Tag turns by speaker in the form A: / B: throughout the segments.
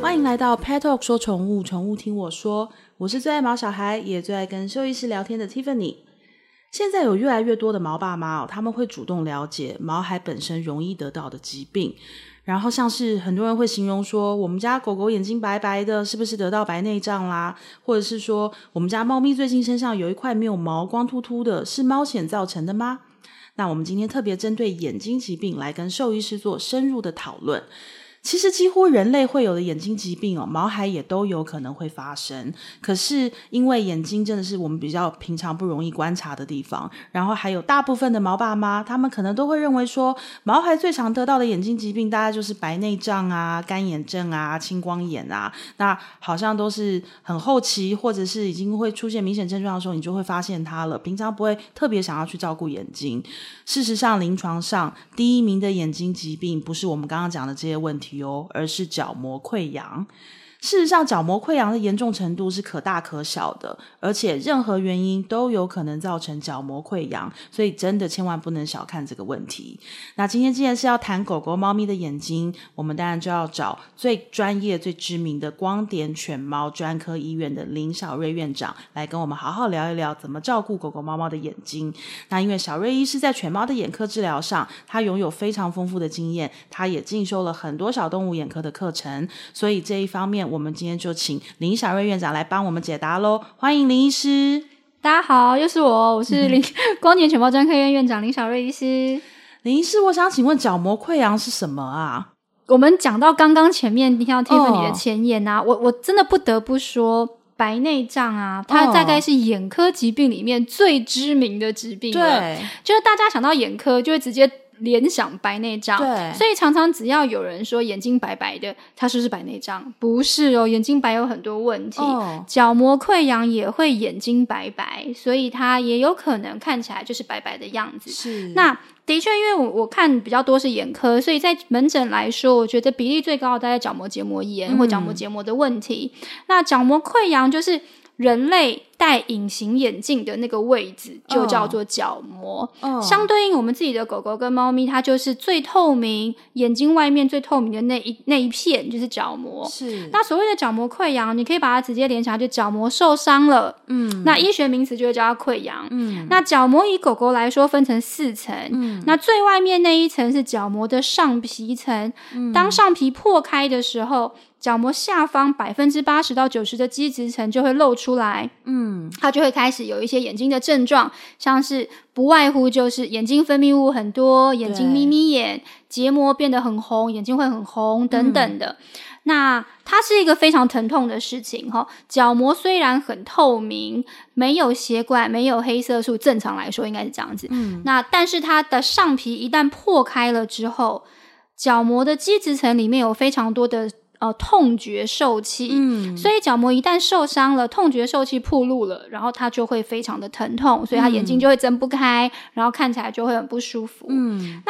A: 欢迎来到 Pet Talk 说宠物，宠物听我说，我是最爱毛小孩，也最爱跟兽医师聊天的 Tiffany。现在有越来越多的毛爸妈哦，他们会主动了解毛孩本身容易得到的疾病，然后像是很多人会形容说，我们家狗狗眼睛白白的，是不是得到白内障啦？或者是说，我们家猫咪最近身上有一块没有毛，光秃秃的，是猫癣造成的吗？那我们今天特别针对眼睛疾病来跟兽医师做深入的讨论。其实几乎人类会有的眼睛疾病哦，毛孩也都有可能会发生。可是因为眼睛真的是我们比较平常不容易观察的地方，然后还有大部分的毛爸妈，他们可能都会认为说，毛孩最常得到的眼睛疾病，大概就是白内障啊、干眼症啊、青光眼啊，那好像都是很后期或者是已经会出现明显症状的时候，你就会发现它了。平常不会特别想要去照顾眼睛。事实上，临床上第一名的眼睛疾病不是我们刚刚讲的这些问题哦，而是角膜溃疡。事实上，角膜溃疡的严重程度是可大可小的，而且任何原因都有可能造成角膜溃疡，所以真的千万不能小看这个问题。那今天既然是要谈狗狗、猫咪的眼睛，我们当然就要找最专业、最知名的光点犬猫专科医院的林小瑞院长来跟我们好好聊一聊怎么照顾狗狗、猫猫的眼睛。那因为小瑞医师在犬猫的眼科治疗上，他拥有非常丰富的经验，他也进修了很多小动物眼科的课程，所以这一方面，我们今天就请林小瑞院长来帮我们解答喽。欢迎林医师。
B: 大家好，又是我，我
A: 嗯
B: 是林 光年犬猫专科院院长林小瑞医师。
A: 林医师，我想请问角膜溃疡是什么啊？
B: 我们讲到刚刚前面，你看到 Tiffany
A: 哦
B: 的前言啊我我真的不得不说，白内障啊，它
A: 哦
B: 大概是眼科疾病里面最知名的疾病了。，就是大家想到眼科，就会直接联想白内障。
A: 对
B: 所以常常只要有人说眼睛白白的，他是不是白内障？不是哦，眼睛白有很多问题。
A: 哦
B: 角膜溃疡也会眼睛白白，所以它也有可能看起来就是白白的样子。
A: 是
B: 那的确，因为我我看比较多是眼科，所以在门诊来说，我觉得比例最高的大概角膜结膜
A: 嗯
B: 炎或角膜结膜的问题。那角膜溃疡就是人类戴隐形眼镜的那个位置，就叫做角膜。
A: 嗯哦
B: 相对应我们自己的狗狗跟猫咪，它就是最透明，眼睛外面最透明的那一那一片就是角膜。
A: 是
B: 那所谓的角膜溃疡，你可以把它直接联想，就角膜受伤了。嗯，那医学名词就会叫它溃疡。嗯，那角膜以狗狗来说分成四层。嗯，那最外面那一层是角膜的上皮层。当上皮破开的时候，角膜下方百分之八十到九十的基质层就会露出来。嗯，它就会开始有一些眼睛的症状，像是不外乎就是眼睛分泌物很多，眼睛
A: 对
B: 眯眯眼，结膜变得很红，眼睛会很红等等的。那它是一个非常疼痛的事情哈、角膜虽然很透明，没有血管，没有黑色素，正常来说应该是这样子。嗯，那但是它的上皮一旦破开了之后，角膜的基质层里面有非常多的呃痛觉受器，嗯，所以角膜一旦受伤了，痛觉受器暴露了，然后它就会非常的疼痛，所以它眼睛就会睁不开，然后看起来就会很不舒服，
A: 嗯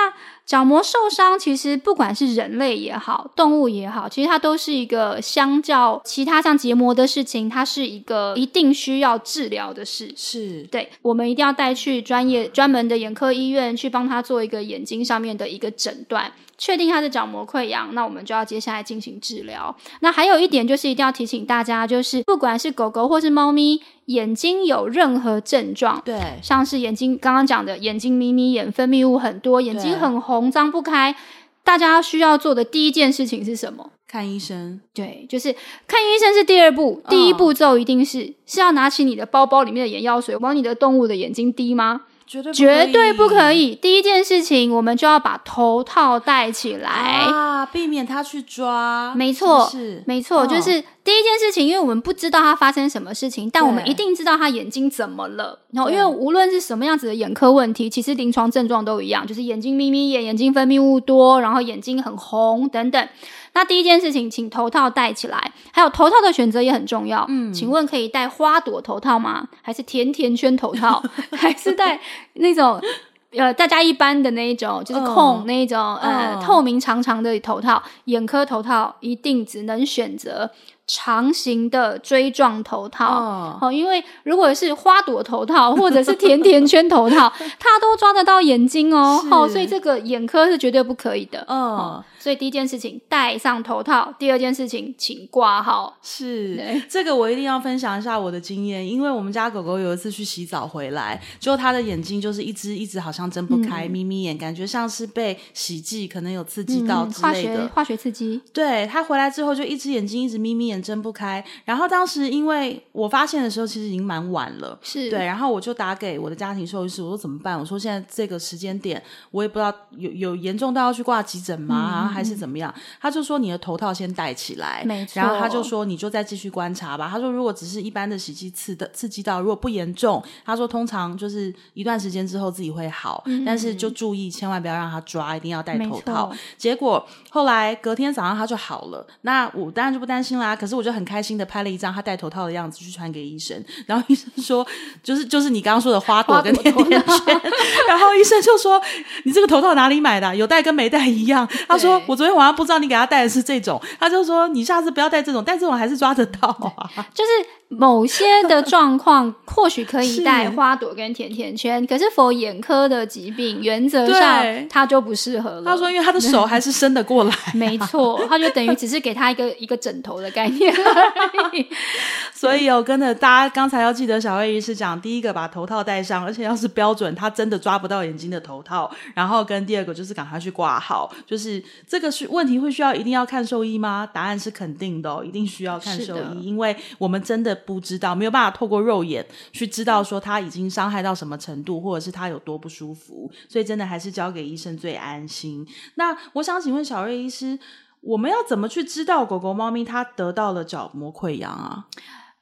B: 角膜受伤，其实不管是人类也好，动物也好，其实它都是一个相较其他像结膜的事情，它是一个一定需要治疗的事。
A: 是
B: 对，我们一定要带去专业专门的眼科医院去帮他做一个眼睛上面的一个诊断，确定他是角膜溃疡，那我们就要接下来进行治疗。那还有一点就是一定要提醒大家，就是不管是狗狗或是猫咪，眼睛有任何症状，
A: 对
B: 像是眼睛刚刚讲的眼睛眯眯眼，分泌物很多，眼睛很红，张不开。大家需要做的第一件事情是什么？
A: 看医生
B: 对，就是看医生是第二步，第一
A: 嗯
B: 步骤一定是、是要拿起你的包包里面的眼药水往你的动物的眼睛滴吗？
A: 绝对
B: 绝对不可
A: 以
B: 以。第一件事情，我们就要把头套戴起来。
A: 啊，避免他去抓，
B: 哎没错
A: 是
B: 没错，
A: 哦
B: 就是第一件事情，因为我们不知道他发生什么事情，但我们
A: 对
B: 一定知道他眼睛怎么了。然后，
A: 对
B: 因为无论是什么样子的眼科问题，其实临床症状都一样，就是眼睛眯眯眼、眼睛分泌物多，然后眼睛很红等等。那第一件事情，请头套戴起来，还有头套的选择也很重要。嗯，请问可以戴花朵头套吗？还是甜甜圈头套？ 还是戴那种呃，大家一般的那一种，就是
A: 嗯
B: 控那一种，呃，
A: 嗯
B: 透明长长的头套，眼科头套一定只能选择长形的锥状头套。
A: 哦，
B: 哦，因为如果是花朵头套或者是甜甜圈 头套，它都抓得到眼睛哦。哦，
A: 是
B: 所以这个眼科是绝对不可以的。
A: 嗯，
B: 所以第一件事情戴上头套，第二件事情请挂号。
A: 是
B: 对
A: 这个我一定要分享一下我的经验，因为我们家狗狗有一次去洗澡回来，结果它的眼睛就是一只一直好像睁不开，
B: 嗯
A: 眯眯眼，感觉像是被洗剂可能有刺激到之
B: 嗯化
A: 类的
B: 学。化学刺激，
A: 对他回来之后就一只眼睛一直眯眯眼睁不开，然后当时因为我发现的时候其实已经蛮晚了。
B: 是
A: 对，然后我就打给我的家庭兽医师，我说怎么办？我说现在这个时间点，我也不知道有有严重到要去挂急诊吗？然后还是怎么样？他就说你的头套先戴起来，
B: 嗯没错
A: 然后他就说你就再继续观察吧。他说如果只是一般的洗剂刺的刺激到，如果不严重，他说通常就是一段时间之后自己会好，但是就注意千万不要让它抓，一定要戴
B: 嗯没
A: 头套
B: 错。，
A: 结果后来隔天早上他就好了，那我当然就不担心啦。可是我就很开心的拍了一张他戴头套的样子去传给医生，然后医生说，就是就是你刚刚说的花朵
B: 花
A: 跟
B: 朵
A: 甜
B: 头
A: 甜
B: 套
A: 圈， 然后医生就说你这个头套哪里买的啊、有戴跟没戴一样。他说
B: 对
A: 我昨天晚上不知道你给他戴的是这种，他就说你下次不要戴这种，戴这种还是抓得到啊。
B: 就是某些的状况或许可
A: 是
B: 以戴花朵跟甜甜圈，可是否眼科的疾病，原则
A: 对
B: 上它就不适合了。
A: 他说因为他的手还是伸得过来，
B: 没错，它就等于只是给他一个 一个枕头的概 念而已。
A: 所以哦，跟着大家刚才要记得小魏医师讲，第一个把头套戴上，而且要是标准他真的抓不到眼睛的头套，然后跟第二个就是赶快去挂号，就是这个是问题会需要一定要看兽医吗？答案是肯定的、哦，一定需要看
B: 是
A: 兽
B: 的
A: 医，因为我们真的不知道，没有办法透过肉眼去知道说他已经伤害到什么程度，或者是他有多不舒服，所以真的还是交给医生最安心。那我想请问小瑞医师。我们要怎么去知道狗狗、猫咪它得到了角膜溃疡啊？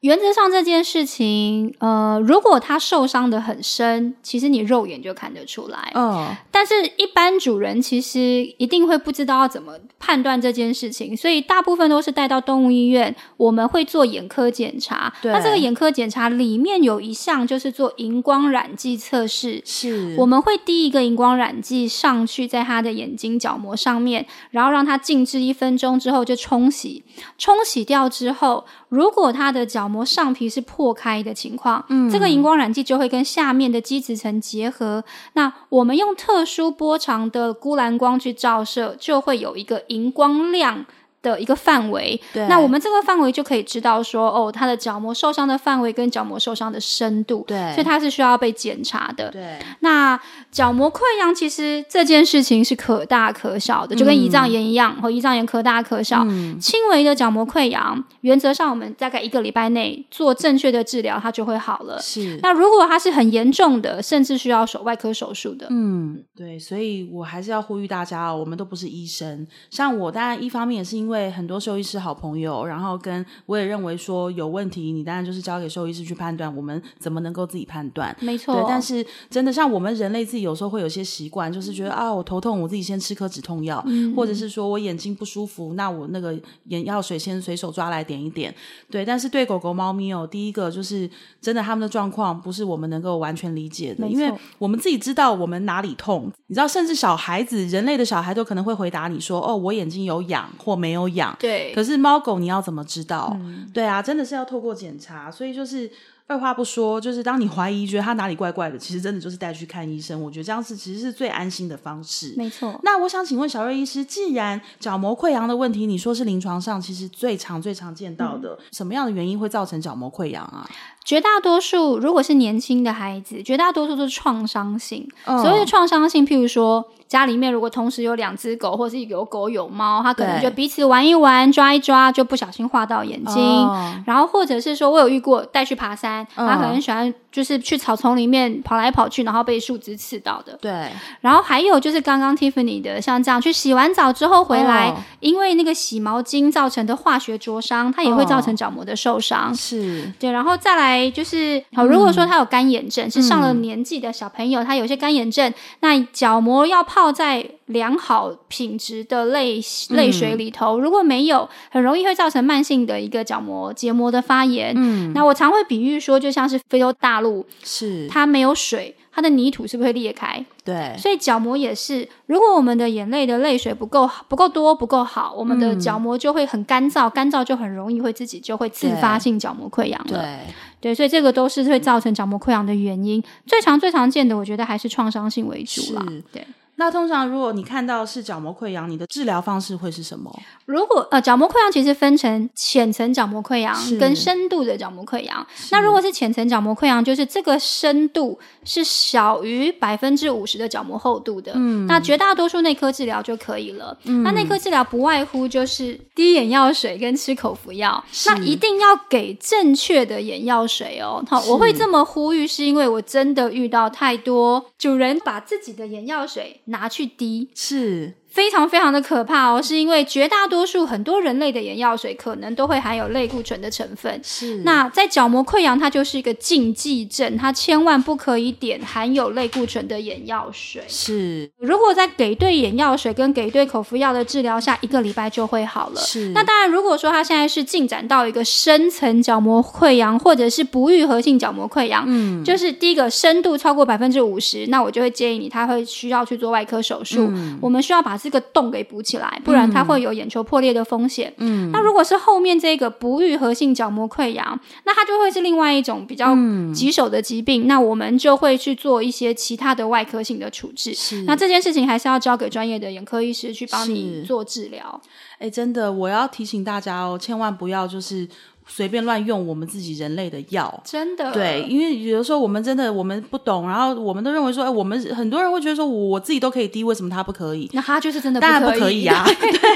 B: 原则上这件事情，呃，如果它受伤的很深，其实你肉眼就看得出来。
A: 嗯，
B: 但是，一般主人其实一定会不知道要怎么判断这件事情，所以大部分都是带到动物医院，我们会做眼科检查。
A: 对
B: 那这个眼科检查里面有一项就是做荧光染剂测试。
A: 是
B: 我们会滴一个荧光染剂上去，在它的眼睛角膜上面，然后让它静置一分钟之后就冲洗。冲洗掉之后，如果它的角膜上皮是破开的情况，嗯，这个荧光染剂就会跟下面的基质层结合。那我们用特殊波长的钴蓝光去照射，就会有一个荧光亮。的一个范围，
A: 对
B: 那我们这个范围就可以知道说，哦，它的角膜受伤的范围跟角膜受伤的深度，
A: 对
B: 所以它是需要被检查的。
A: 对
B: 那角膜溃疡其实这件事情是可大可小的，就跟胰脏
A: 嗯
B: 炎一样，和胰脏炎可大可小。轻微的角膜溃疡，原则上我们大概一个礼拜内做正确的治疗，它就会好了。
A: 是，
B: 那如果它是很严重的，甚至需要手外科手术的，
A: 嗯，对，所以我还是要呼吁大家哦，我们都不是医生。像我，当然一方面也是因为很多兽医师好朋友，然后跟我也认为说有问题，你当然就是交给兽医师去判断，我们怎么能够自己判断？
B: 没错。
A: 对，但是真的像我们人类自己有时候会有些习惯，就是觉得啊，我头痛，我自己先吃颗止痛药，
B: 嗯
A: 或者是说我眼睛不舒服，那我那个眼药水先随手抓来点一点。对，但是对狗狗、猫咪哦，第一个就是真的它们的状况不是我们能够完全理解的，
B: 没
A: 因为
B: 错
A: 我们自己知道我们哪里痛，你知道，甚至小孩子，人类的小孩都可能会回答你说：“哦，我眼睛有痒或没有痒。”
B: 对
A: 可是猫狗你要怎么知道？对啊，真的是要透过检查，所以就是二话不说，就是当你怀疑觉得它哪里怪怪的，其实真的就是带去看医生。我觉得这样是其实是最安心的方式。
B: 没错。
A: 那我想请问小瑞医师，既然角膜溃疡的问题，你说是临床上其实最常最常见到的，什么样的原因会造成角膜溃疡啊？
B: 绝大多数如果是年轻的孩子，绝大多数都是创伤性。
A: 嗯
B: 所谓的创伤性，譬如说家里面如果同时有两只狗，或是有狗有猫，它可能
A: 对
B: 就彼此玩一玩、抓一抓，就不小心划到眼睛。
A: 哦
B: 然后或者是说我有遇过带去爬山，
A: 嗯
B: 它可能喜欢就是去草丛里面跑来跑去，然后被树枝刺到的。
A: 对，
B: 然后还有就是刚刚 Tiffany 的，像这样去洗完澡之后回来，
A: 哦
B: 因为那个洗毛巾造成的化学灼伤，它也会
A: 哦
B: 造成角膜的受伤。
A: 是
B: 对，然后再来就是，好，
A: 嗯
B: 如果说他有干眼症，是上了年纪的小朋友，他有些干眼症，那角膜要泡泡在良好品质的泪泪
A: 嗯
B: 水里头，如果没有，很容易会造成慢性的一个角膜结膜的发炎。
A: 嗯，
B: 那我常会比喻说，就像是非洲大陆，
A: 是，
B: 它没有水，它的泥土是不是会裂开？
A: 对，
B: 所以角膜也是，如果我们的眼泪的泪水不够不够多、不够好，我们的
A: 嗯
B: 角膜就会很干燥，干燥就很容易会自己就会自发性角膜溃疡了。
A: 对，
B: 对，所以这个都是会造成角膜溃疡的原因。最常最常见的，我觉得还是创伤性为主啦
A: 是。
B: 对，
A: 那通常如果你看到是角膜溃疡，你的治疗方式会是什么？
B: 如果呃角膜溃疡其实分成浅层角膜溃疡
A: 是
B: 跟深度的角膜溃疡。那如果是浅层角膜溃疡，就是这个深度是小于百分之五十的角膜厚度的，嗯，那绝大多数内科治疗就可以了。那内科治疗不外乎就是滴眼药水跟吃口服药，那一定要给正确的眼药水哦。好，我会这么呼吁，是因为我真的遇到太多主人把自己的眼药水拿去滴，
A: 是
B: 非常非常的可怕哦，是因为绝大多数很多人类的眼药水可能都会含有类固醇的成分。
A: 是，
B: 那在角膜溃疡，它就是一个禁忌症，它千万不可以点含有类固醇的眼药水。
A: 是
B: 如果在给对眼药水跟给对口服药的治疗下，一个礼拜就会好了。
A: 是，
B: 那当然，如果说它现在是进展到一个深层角膜溃疡或者是不愈合性角膜溃疡，嗯，就是第一个深度超过百分之五十，那我就会建议你，他会需要去做外科手术。
A: 嗯
B: 我们需要把这个洞给补起来，不然它会有眼球破裂的风险。嗯，那如果是后面这个不愈合性角膜溃疡，那它就会是另外一种比较
A: 嗯
B: 棘手的疾病，那我们就会去做一些其他的外科性的处置。
A: 是
B: 那这件事情还是要交给专业的眼科医师去帮你
A: 是
B: 做治疗。
A: 哎、真的，我要提醒大家哦，千万不要就是随便乱用我们自己人类的药。
B: 真的，
A: 哦对，因为有的时候我们真的我们不懂，然后我们都认为说，哎、我们很多人会觉得说我我自己都可以低，为什么他不可以？
B: 那他就是真的
A: 当然
B: 不
A: 不可以 啊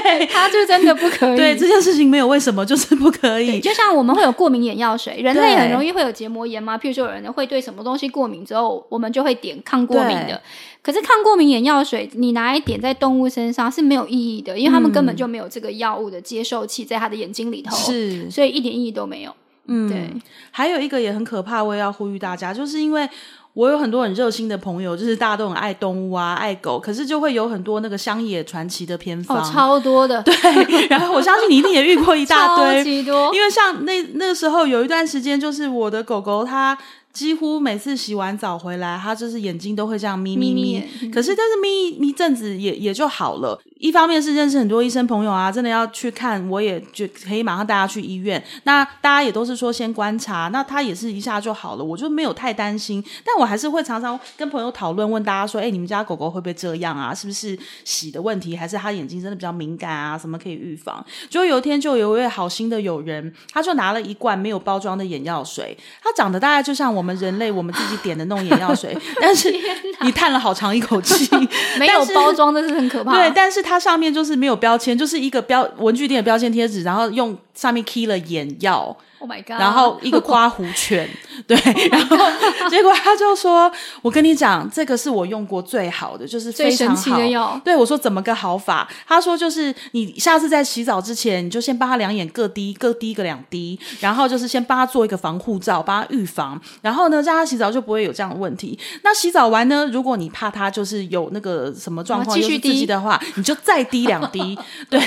B: 对，他就真的不可以。
A: 对，这件事情没有为什么，就是不可
B: 对
A: 以。
B: 就像我们会有过敏眼药水，人类
A: 对
B: 很容易会有结膜炎嘛。譬如说，有人会对什么东西过敏之后，我们就会点抗过敏的。可是抗过敏眼药水，你拿来点在动物身上是没有意义的，因为他们根本就没有这个药物的接受器在他的眼睛里头，
A: 嗯是，
B: 所以一点意义都没有。
A: 哦嗯，
B: 对，
A: 还有一个也很可怕，我也要呼吁大家，就是因为我有很多很热心的朋友，就是大家都很爱动物啊，爱狗，可是就会有很多那个乡野传奇的偏方。
B: 哦，超多的，对，
A: 对，然后我相信你一定也遇过一大
B: 超
A: 堆，
B: 级多，
A: 因为像那那时候有一段时间，就是我的狗狗它。几乎每次洗完澡回来，它就是眼睛都会这样眯眯
B: 眯眯
A: 眯
B: 眼，嗯
A: 可是但是眯一眯一阵子也也就好了。一方面是认识很多医生朋友啊，真的要去看，我也就可以马上带他去医院。那大家也都是说先观察，那他也是一下就好了，我就没有太担心。但我还是会常常跟朋友讨论，问大家说：“哎、你们家狗狗会不会这样啊？是不是洗的问题，还是它眼睛真的比较敏感啊？什么可以预防？”就有一天，就有一位好心的友人，他就拿了一罐没有包装的眼药水，它长得大概就像我们人类我们自己点的那种眼药水，但是你叹了好长一口气，
B: 没有
A: 但是
B: 包装，真是很可怕。
A: 对，但是它上面就是没有标签，就是一个标文具店的标签贴纸，然后用上面 key 了眼药，
B: ，Oh my god！
A: 然后一个刮胡 犬，对，然后结果他就说：“我跟你讲，这个是我用过最好的，就是
B: 最
A: 非常
B: 神奇
A: 好
B: 的药
A: 对，我说怎么个好法？他说就是你下次在洗澡之前，你就先帮他两眼各滴各滴个两滴，然后就是先帮他做一个防护罩，帮他预防。然后呢，让他洗澡就不会有这样的问题。那洗澡完呢，如果你怕他就是有那个什么状况，
B: 哦继续
A: 就是自己
B: 滴
A: 的话，你就再滴两滴，对，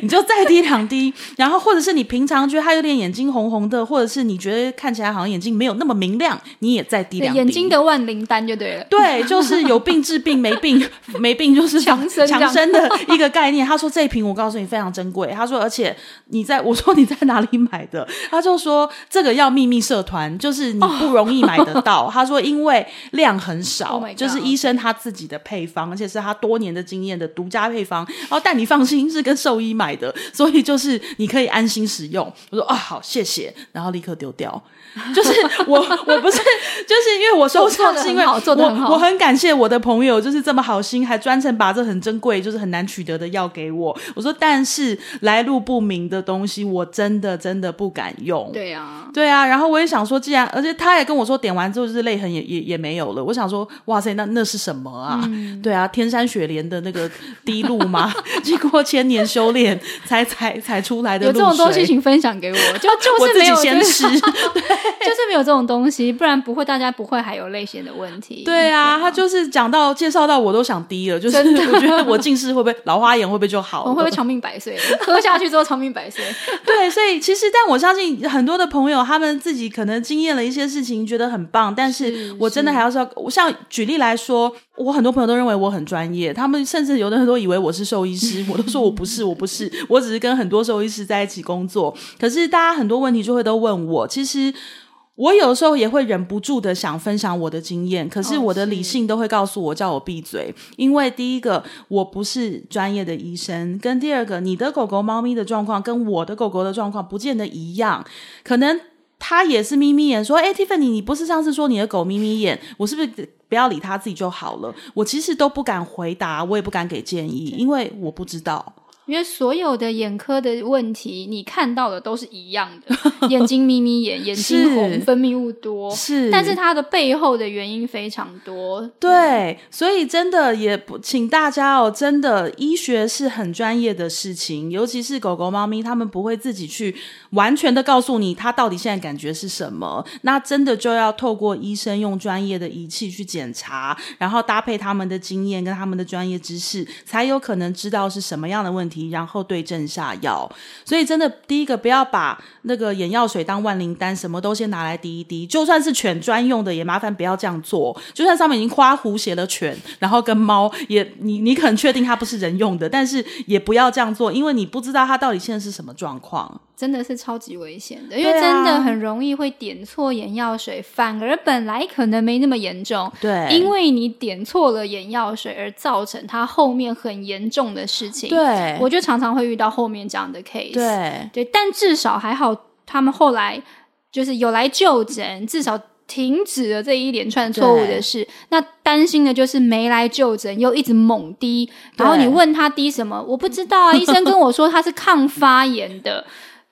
A: 你就再滴两滴。然后或者是你平常觉得他有点眼睛红红的，或者是你觉得看起来好像眼睛没有那么明亮，你也再滴
B: 对
A: 两滴。
B: 眼睛的万灵丹就对了。
A: 对，就是有病治病，没病没病就是
B: 强生这样
A: 强生的一个概念。他说这一瓶我告诉你非常珍贵，他说而且你在我说你在哪里买的，他就说这个要秘密社团，就是你不容易买得到。他说因为量很少
B: 哦 Oh my，god
A: 就是医生他自己的配方，而且是他多年的经验的独家配方。然后但你放心是跟兽医买的，所以就是你可以安心使用。我说啊好谢谢，然后立刻丢掉。就是我我不是就是因为我收
B: 做
A: 藏
B: 得
A: 是因
B: 很
A: 为
B: 好做得
A: 我
B: 很好
A: 我很感谢我的朋友，就是这么好心，还专程把这很珍贵、就是很难取得的药给我。我说，但是来路不明的东西，我真的真的不敢用。
B: 对啊，
A: 对啊，然后我也想说，既然而且他也跟我说点完之后就是泪痕也也也没有了，我想说，哇塞，那那是什么啊？
B: 嗯
A: 对啊，天山雪莲的那个滴露吗？ 经过千年修炼才才才出来的
B: 有这种
A: 露
B: 东西，
A: 水
B: 请分享给我。就
A: 我
B: 就是
A: 自
B: 没有
A: 己先
B: 这
A: 吃，
B: 就是没有这种种东西，不然不会大家不会还有泪腺的问题。
A: 对啊，他就是讲到介绍到我都想滴了，就是
B: 真的
A: 我觉得我近视会不会老花眼会不会就好
B: 我
A: 了？
B: 们会不会长命 百岁？喝下去之后长命百岁，
A: 对，所以其实，但我相信很多的朋友，他们自己可能经验了一些事情，觉得很棒，但是
B: 是
A: 我真的
B: 是
A: 还要是要，我像举例来说，我很多朋友都认为我很专业，他们甚至有的人都以为我是兽医 师，我都说我不是，我不是，我只是跟很多兽医师在一起工作。可是大家很多问题就会都问我，其实。我有时候也会忍不住的想分享我的经验，可是
B: 哦
A: 我的
B: 是
A: 理性都会告诉我叫我闭嘴，因为第一个我不是专业的医生，跟第二个你的狗狗、猫咪的状况跟我的狗狗的状况不见得一样，可能他也是眯眯眼说：“哎、t i f f a n y 你不是上次说你的狗眯眯眼？我是不是不要理他自己就好了？”我其实都不敢回答，我也不敢给建议，因为我不知道。
B: 因为所有的眼科的问题，你看到的都是一样 的，眼睛眯眯眼，眼睛
A: 是
B: 红，分泌物多，
A: 是
B: 但是它的背后的原因非常多。
A: 对，所以真的也不请大家哦，真的医学是很专业的事情，尤其是狗狗、猫咪，它们不会自己去完全的告诉你它到底现在感觉是什么，那真的就要透过医生用专业的仪器去检查，然后搭配他们的经验跟他们的专业知识，才有可能知道是什么样的问题，然后对症下药。所以真的，第一个不要把那个眼药水当万灵丹，什么都先拿来滴一滴。就算是犬专用的，也麻烦不要这样做。就算上面已经夸胡写了犬，然后跟猫也，你你很确定它不是人用的，但是也不要这样做，因为你不知道它到底现在是什么状况。
B: 真的是超级危险的，因为
A: 对啊
B: 真的很容易会点错眼药水，反而本来可能没那么严重，
A: 对，
B: 因为你点错了眼药水而造成它后面很严重的事情。，
A: 对，
B: 我就常常会遇到后面这样的 case。
A: 对
B: 对，但至少还好，他们后来就是有来就诊，至少停止了这一连串错误
A: 对
B: 的事。那担心的就是没来就诊，又一直猛滴，然后
A: 对
B: 你问他滴什么，我不知道 啊，医生跟我说他是抗发炎的，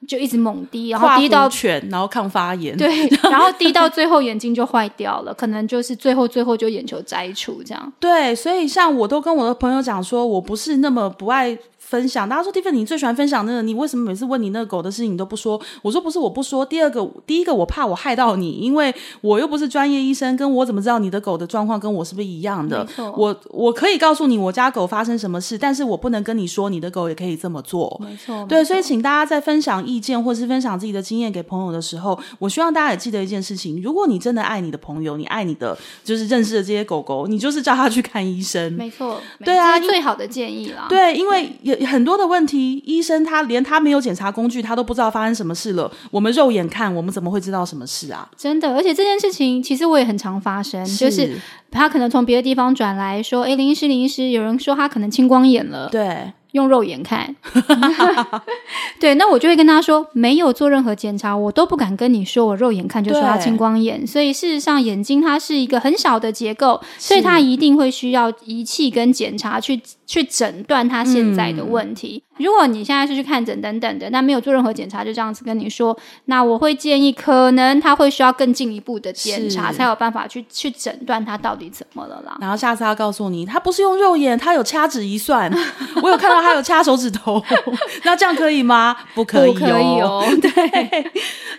B: 就一直猛滴，然后
A: 跨
B: 滴到
A: 胡犬，然后抗发炎。
B: 对，然后滴到最后眼睛就坏掉了，可能就是最后最后就眼球摘除这样。
A: 对，所以像我都跟我的朋友讲说，我不是那么不爱分享。大家说蒂芬，你最喜欢分享那个，你为什么每次问你那个狗的事情你都不说？我说不是我不说，第二个，第一个我怕我害到你，因为我又不是专业医生，跟我怎么知道你的狗的状况跟我是不是一样的
B: 没？错
A: 我我可以告诉你我家狗发生什么事，但是我不能跟你说你的狗也可以这么做。
B: 没错，
A: 对，
B: 哦没
A: 所以
B: 错
A: 请大家在分享意见或是分享自己的经验给朋友的时候，我希望大家也记得一件事情：如果你真的爱你的朋友，你爱你的就是认识的这些狗狗，你就是叫他去看医生。
B: 没错，没
A: 对啊
B: 这是
A: 因
B: 最好的建议啦。
A: 对，啊因为有很多的问题，医生他连他没有检查工具，他都不知道发生什么事了。我们肉眼看，我们怎么会知道什么事啊？
B: 真的，而且这件事情其实我也很常发生，嗯就是他可能从别的地方转来说，哎，林医师，林医师，有人说他可能青光眼了，
A: 对
B: 用肉眼看， 对，那我就会跟他说，没有做任何检查，我都不敢跟你说，我肉眼看就说他
A: 对
B: 青光眼，所以事实上眼睛它是一个很小的结构，所以它一定会需要仪器跟检查去去诊断它现在的问题。
A: 嗯
B: 如果你现在是去看诊等等的，那没有做任何检查，就这样子跟你说，那我会建议，可能他会需要更进一步的检查，
A: 是
B: 才有办法去去诊断他到底怎么了啦。
A: 然后下次他告诉你，他不是用肉眼，他有掐指一 算。我有看到他有掐手指头， 那这样可以吗？不可以、
B: 不可以哦，对。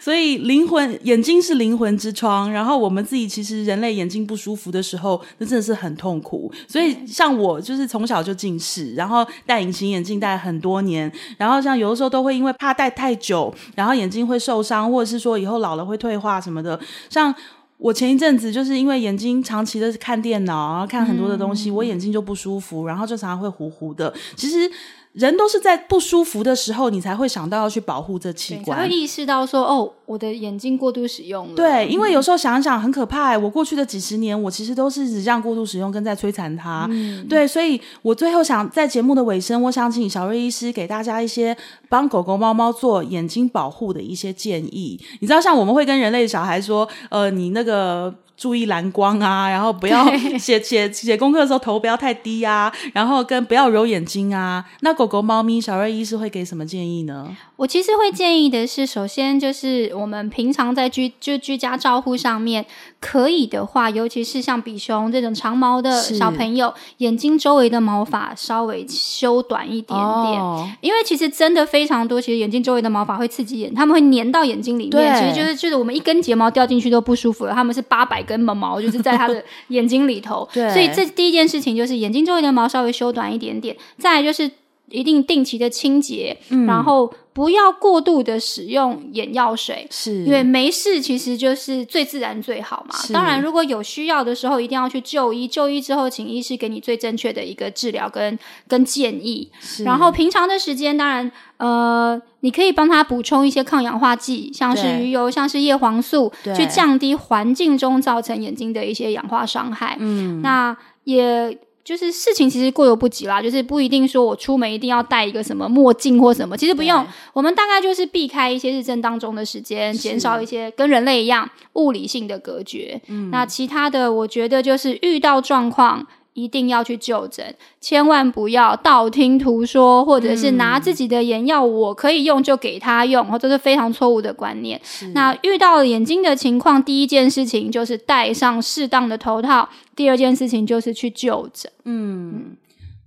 A: 所以灵魂眼睛是灵魂之窗，然后我们自己其实人类眼睛不舒服的时候，那真的是很痛苦。所以像我就是从小就近视，然后戴隐形眼镜戴很多年，然后像有的时候都会因为怕戴太久，然后眼睛会受伤，或者是说以后老了会退化什么的，像。我前一阵子就是因为眼睛长期的看电脑，然后看很多的东西，
B: 嗯
A: 我眼睛就不舒服，然后就常常会糊糊的。其实人都是在不舒服的时候，你才会想到要去保护这器
B: 对才
A: 官，
B: 会意识到说，哦，我的眼睛过度使用了。
A: 对，因为
B: 嗯
A: 有时候想一想很可怕、欸。我过去的几十年，我其实都是只这样过度使用跟在摧残它。
B: 嗯
A: 对，所以我最后想在节目的尾声，我想请小瑞医师给大家一些帮狗狗、猫猫做眼睛保护的一些建议。你知道，像我们会跟人类小孩说，呃，你那个。注意蓝光啊，然后不要
B: 对
A: 写写写功课的时候头不要太低啊，然后跟不要揉眼睛啊。那狗狗、猫咪，小瑞医师会给什么建议呢？
B: 我其实会建议的是，首先就是我们平常在居就居家照护上面，可以的话，尤其是像比熊这种长毛的
A: 是
B: 小朋友，眼睛周围的毛发稍微修短一点点。
A: 哦
B: 因为其实真的非常多，其实眼睛周围的毛发会刺激眼，他们会粘到眼睛里面，
A: 对
B: 其实就是就是我们一根睫毛掉进去都不舒服了，他们是八百根毛毛就是在他的眼睛里头，
A: 对
B: 所以这第一件事情就是眼睛周围的毛稍微修短一点点，再来就是。一定定期的清洁，
A: 嗯
B: 然后不要过度的使用眼药水，
A: 是
B: 因为没事其实就是最自然最好嘛
A: 嗯是。
B: 当然，如果有需要的时候，一定要去就医。就医之后，请医师给你最正确的一个治疗跟跟建议。
A: 是
B: 然后平常的时间，当然，呃，你可以帮他补充一些抗氧化剂，像是
A: 对
B: 鱼油，像是叶黄素，
A: 对
B: 去降低环境中造成眼睛的一些氧化伤害。
A: 嗯，
B: 那也就是事情其实过犹不及啦，就是不一定说我出门一定要戴一个什么墨镜或什么，其实不用
A: 对，
B: 我们大概就是避开一些日正当中的时间，减少一些跟人类一样物理性的隔绝。嗯，那其他的我觉得就是遇到状况。一定要去就诊，千万不要道听途说，或者是拿自己的眼药，我可以用就给他用，这是非常错误的观念。那遇到眼睛的情况，第一件事情就是戴上适当的头套，第二件事情就是去就诊。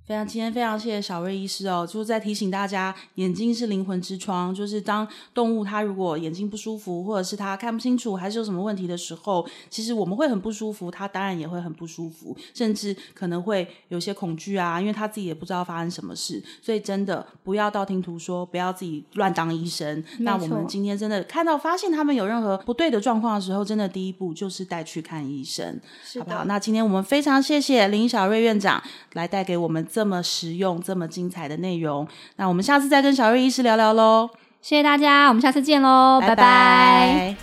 A: 非常，今天非常谢谢小瑞医师哦，就是在提醒大家，眼睛是灵魂之窗，就是当动物它如果眼睛不舒服，或者是它看不清楚，还是有什么问题的时候，其实我们会很不舒服，它当然也会很不舒服，甚至可能会有些恐惧啊，因为它自己也不知道发生什么事，所以真的不要道听途说，不要自己乱当医生。那我们今天真的看到发现他们有任何不对的状况的时候，真的第一步就是带去看医生。
B: 是
A: 好不好？那今天我们非常谢谢林小瑞院长来带给我们这么实用、这么精彩的内容。那我们下次再跟小瑞医师聊聊喽，
B: 哦谢谢大家，我们下次见喽，拜
A: 拜